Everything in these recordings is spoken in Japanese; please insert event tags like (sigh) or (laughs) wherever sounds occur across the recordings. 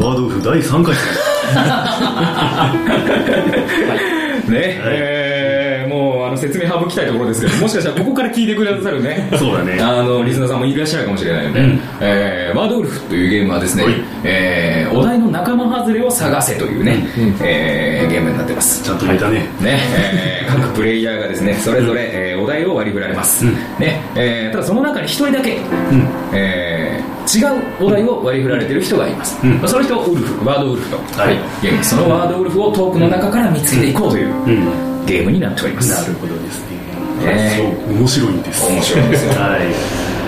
ワードウルフ第3回、ね、えーもうあの説明省きたいところですけど、もしかしたらここから聞いてくださるねそうだねあのリスナーさんもいらっしゃるかもしれないので、うんえーワードウルフというゲームはですねはい、えーお題の仲間外れを探せというね、えーゲームになってます。ちゃんと見たね、ねえー各プレイヤーがですねそれぞれ、えーお題を割り振られます、うんねえーただその中に1人だけ、んえー違うお題を割り振られてる人がいます、うんその人をウルフワードウルフと、はいゲームそのワードウルフをトークの中から見つけていこうという、うんゲームになっておりますなるほどですねねそう面白いんです面白いですよねはい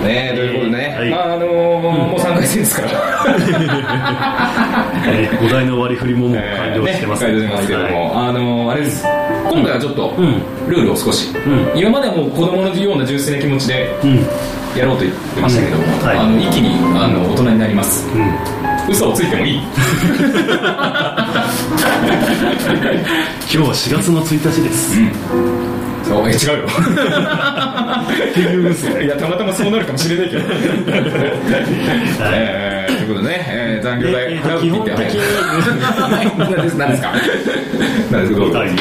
えということでね、はいまああのーもう3回戦ですからねお題の割り振りももうえ完ー了ねしてます完了してますけども、はいあのーあれです今回はちょっと、んルールを少し、ん今まではもう子供のような純粋な気持ちで、うんやろうと言ってましたけども、うんはいあの一気にあの大人になります、うん嘘をついてもいい今日は4月の1日です、そうえ違うよっていうですねいやたまたまそうなるかもしれないけどえー、ということでね、えー、残業で、えー代払とう基って言っ本て的はいに (laughs) 何です何ですか何ですかどうぞはいうん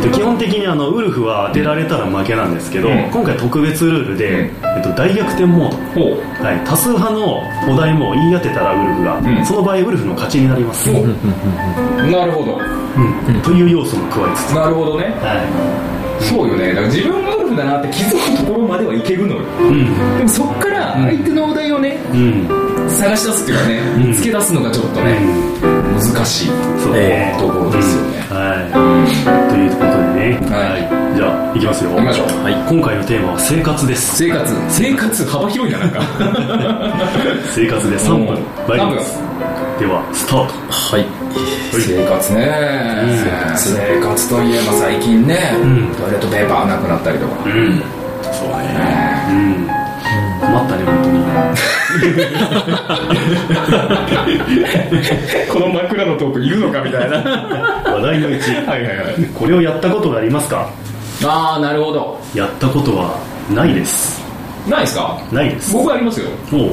で基本的にあのウルフは当てられたら負けなんですけど、うん今回特別ルールで、うんえっと、大逆転モードほうはい、多数派のお題も言い当てたらウルフが、んその場合ウルフの勝ちになります、うんなるほどという要素も加えつつ、なるほどねはそうよねだから自分ゴルフだなって気づくところまではいけるのよい、うんでもそっから相手のお題をねうん探し出すっていうかね、ん見つけ出すのがちょっとね、難しいそうねところですよね、はいということでね、はいじゃあいきますよ行きましょうはい、今回のテーマは生活です生活生活幅広いななんか生活で3分うん参りますではスタートはい生活ね、生活といえば最近ね、んトイレットペーパーなくなったりとか、うんそうねうん困ったね本当にこの枕のトークいるのかみた (laughs) いな話題の1 (laughs) はいはいはいこれをやったことがありますかああなるほどやったことはないですないですかないです僕はありますよ、おううん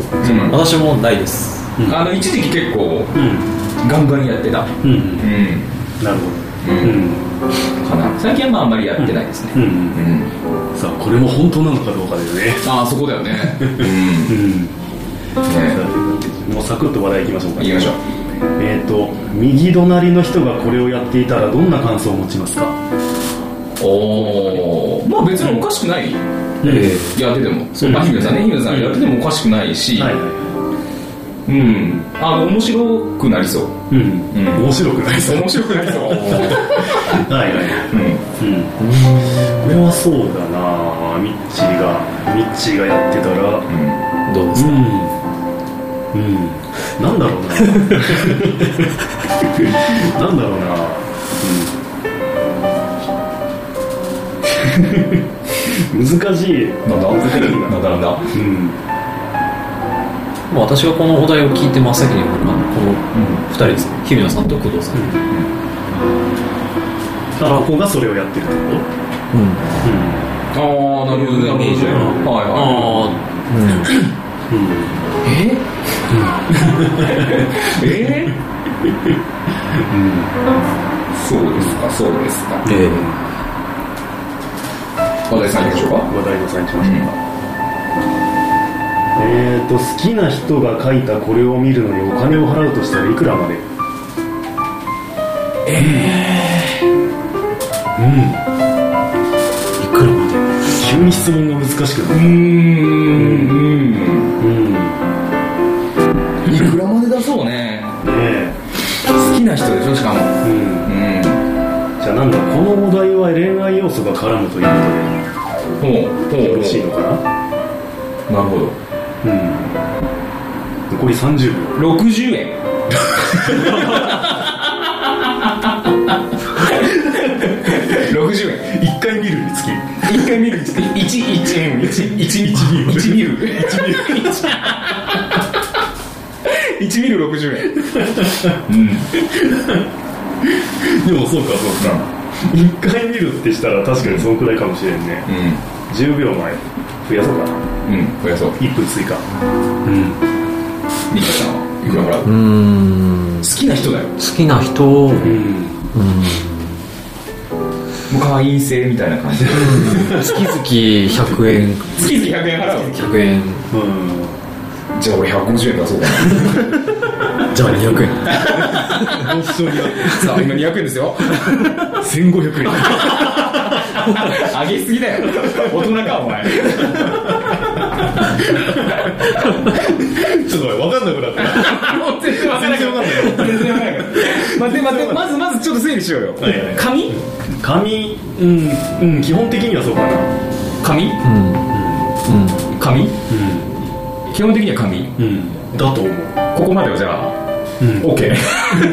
私もないですあの一時期結構うんガンガンやってたうんうんうんなるほど。うかな最近はまああんまりやってないですね、うん。うん。さあ、これも本当なのかどうかだよね。ああそこだよねうんうん。ねもうサクッと話題いきましょうか。行きましょうえっ、と、右隣の人がこれをやっていたらどんな感想を持ちますかおおまあ別におかしくない、えやっててもそうう、んまあ、姫野さんね姫野さんやっててもおかしくないし、はいはうんあの面白くなりそうい。うん。うん面白くないです。 (laughs) 面白くなりそう、 (laughs) はいはい。うん、うん。これはそうだなミッチーが、ミッチーがやってたら、どうですうん。うん。なんだろうな (laughs) なんだろうなうん。 (laughs) 難しい。なんだなんだなんだうん。まあ私がこのお題を聞いて真っ先に思ったのはこの2人です日比野さんと工藤さん、うんタラコがそれをやってるってことああなるほどなるほどはいはあうん。いええそうですかそうですかえ話題さんいきましょうか話題のさんいきましょうか。えーと好きな人が書いたこれを見るのにお金を払うとしたらいくらまでええうんいくらまで急に質問が難しくなうるーんうんねいくらまで出そうねえ好きな人でしょしかもうんうんじゃあなんだこのお題は恋愛要素が絡むというほうほことでようろしいのかななるほどうん残り30秒60円60円1回見るにつき一回見る1円1日見1見る1見る1見る60円 (laughs) でもそうかそうか1回見るってしたら確かにそのくらいかもしれんねう10秒前増やそうかなんうんうん増やそう1分追加うんリキさんはいくらもらう、うー好んきな人だよも好きな人をうんう会員制みたいな感じで月々100円月々100円払う100円うんじゃあ俺150円出そうかなじゃあ200円本当にさあ今200円ですよ1500円上げすぎだよ大人かお前ちょっと待って分かんなくなったもう全然わからな全い然わかんない全然わからないまあでまあでまずまずちょっと整理しようよはいはい紙紙うん、うん、基本的にはそうかな紙うん紙基本的には紙うんうんだと思うここまではじゃあうん、 OK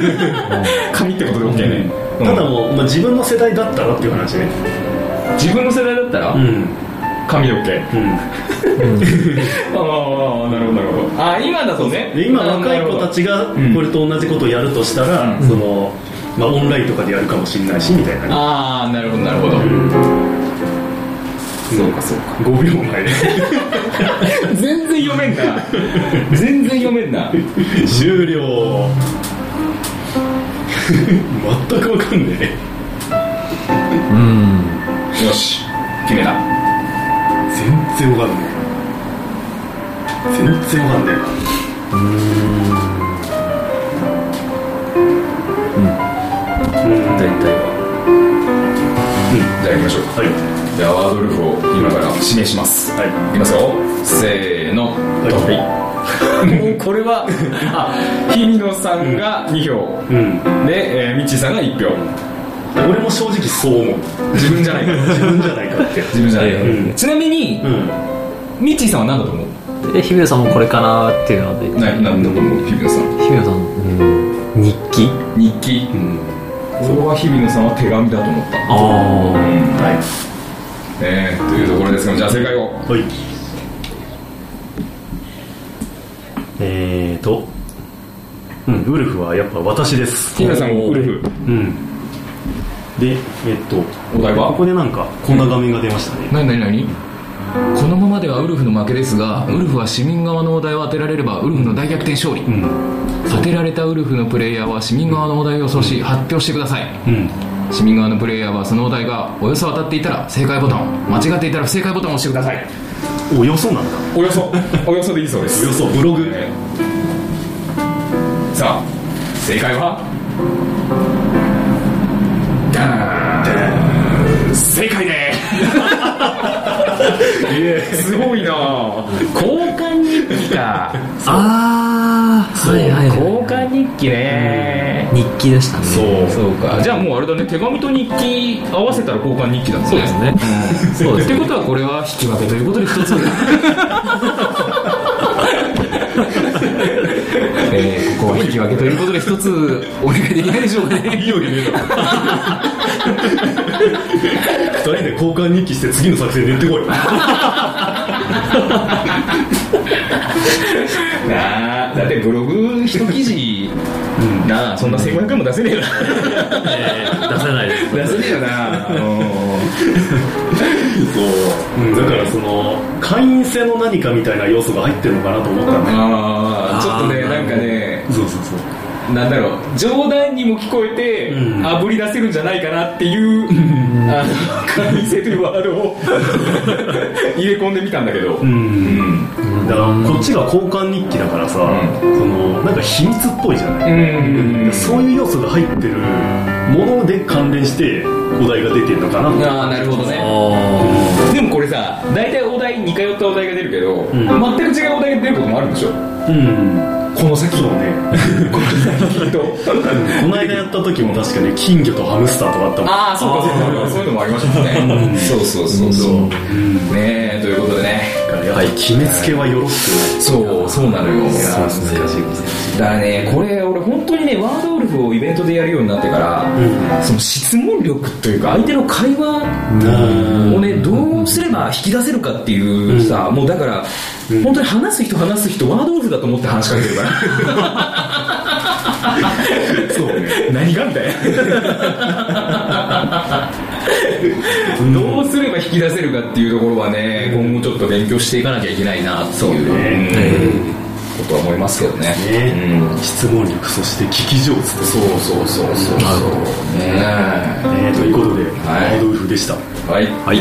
(laughs) 紙ってことで OK ねうんただもう、まあ、自分の世代だったらっていう話ね自分の世代だったらん紙 OK ああなるほどなるほどああ今だとねで今若い子たちがんこれと同じことをやるとしたら、うんそのまあ、オンラインとかでやるかもしれないしみたいなねああなるほどなるほどそうか (laughs) そうか5秒前で全然読めん (laughs) な全然読めんな (laughs) 終了 (laughs) 全く分かんねえうんよし決めた全然わかんない全然わかんないなうんじゃあ行き大体はましょうはいじゃあワードルフを今から指名しますはいいきますよせーのもうこれはあ日比野さんが2票うんで、えー、みっちーさんが1票俺も正直そう思う自分じゃないから自分じゃないかって自分じゃないから、うんちなみにうんみっちーさんは何だと思うで日比野さんもこれかなっていうのでな何だと思う日比野さん日比野さん、うん、日記日記、そこは日比野さんは手紙だと思ったあうんはいえー、というところですけどじゃあ正解をはいえーとうんウルフはやっぱ私です日比野さんウルフうんでえっとお題はここでなんかこんな画面が出ましたね何何何このままではウルフの負けですが、ウルフは市民側のお題を当てられればウルフの大逆転勝利、うん当てられたウルフのプレイヤーは市民側のお題を予想し発表してくださいうん市民側のプレイヤーはそのお題がおよそ当たっていたら正解ボタン間違っていたら不正解ボタンを押してくださいおよそなんだおよそおよそでいいそうでおよそブログさあ正解は正解ですごいな交換日記かあーはいはい、交は換日記ねい、日記でしたねそうそうかじゃあもうあれだね手紙と日記合わせたら交換日記だもんねそうですねそうですってねことはこれは引き分けということで一つ (laughs) えー、ここは引き分けということで一つお願いできないでしょうかねいいよねえだろ二人で交換日記して次の作戦で言 (laughs) ってこいなあだってブログ一記事なあそんな1500円も出せねえよ出せないですな出せねえよなそう、だからその会員制の何かみたいな要素が入ってるのかなと思ったんだああちょっとねあーなんかねそうそうそうなんだろう冗談にも聞こえて、うんあぶり出せるんじゃないかなっていう、あの会員制というワードを (laughs) 入れ込んでみたんだけど、んだからこっちが交換日記だからさ、そのなんか秘密っぽいじゃない、うんそういう要素が入ってるもので関連してお題が出てるのかなああなるほどねあでもこれさ大体お題似通ったお題が出るけど、ん全く違うお題が出ることもあるんでしょうんこの先そうね (laughs) きっとこの間やった時も確かに金魚とハムスターとかあったもんああそうかそうかそういうのもありましたねそうそうそうそう、ねえということでねだからやっぱり決めつけはよろしくそうそうなのよそうですね難しいだからねこれ俺本当にねワードウルフをイベントでやるようになってから、その質問力というか相手の会話をねどうすれば引き出せるかっていうさ、もうだから、本当に話す人話す人ワードウルフだと思って話しかけてるから (laughs) そうね何がみたいなどうすれば引き出せるかっていうところはね今後ちょっと勉強していかなきゃいけないなっていうねうんことは思いますけどねねうん質問力そして聞き上手ですそうそうそうそうそうねねということで、いワードウルフでしたはいはい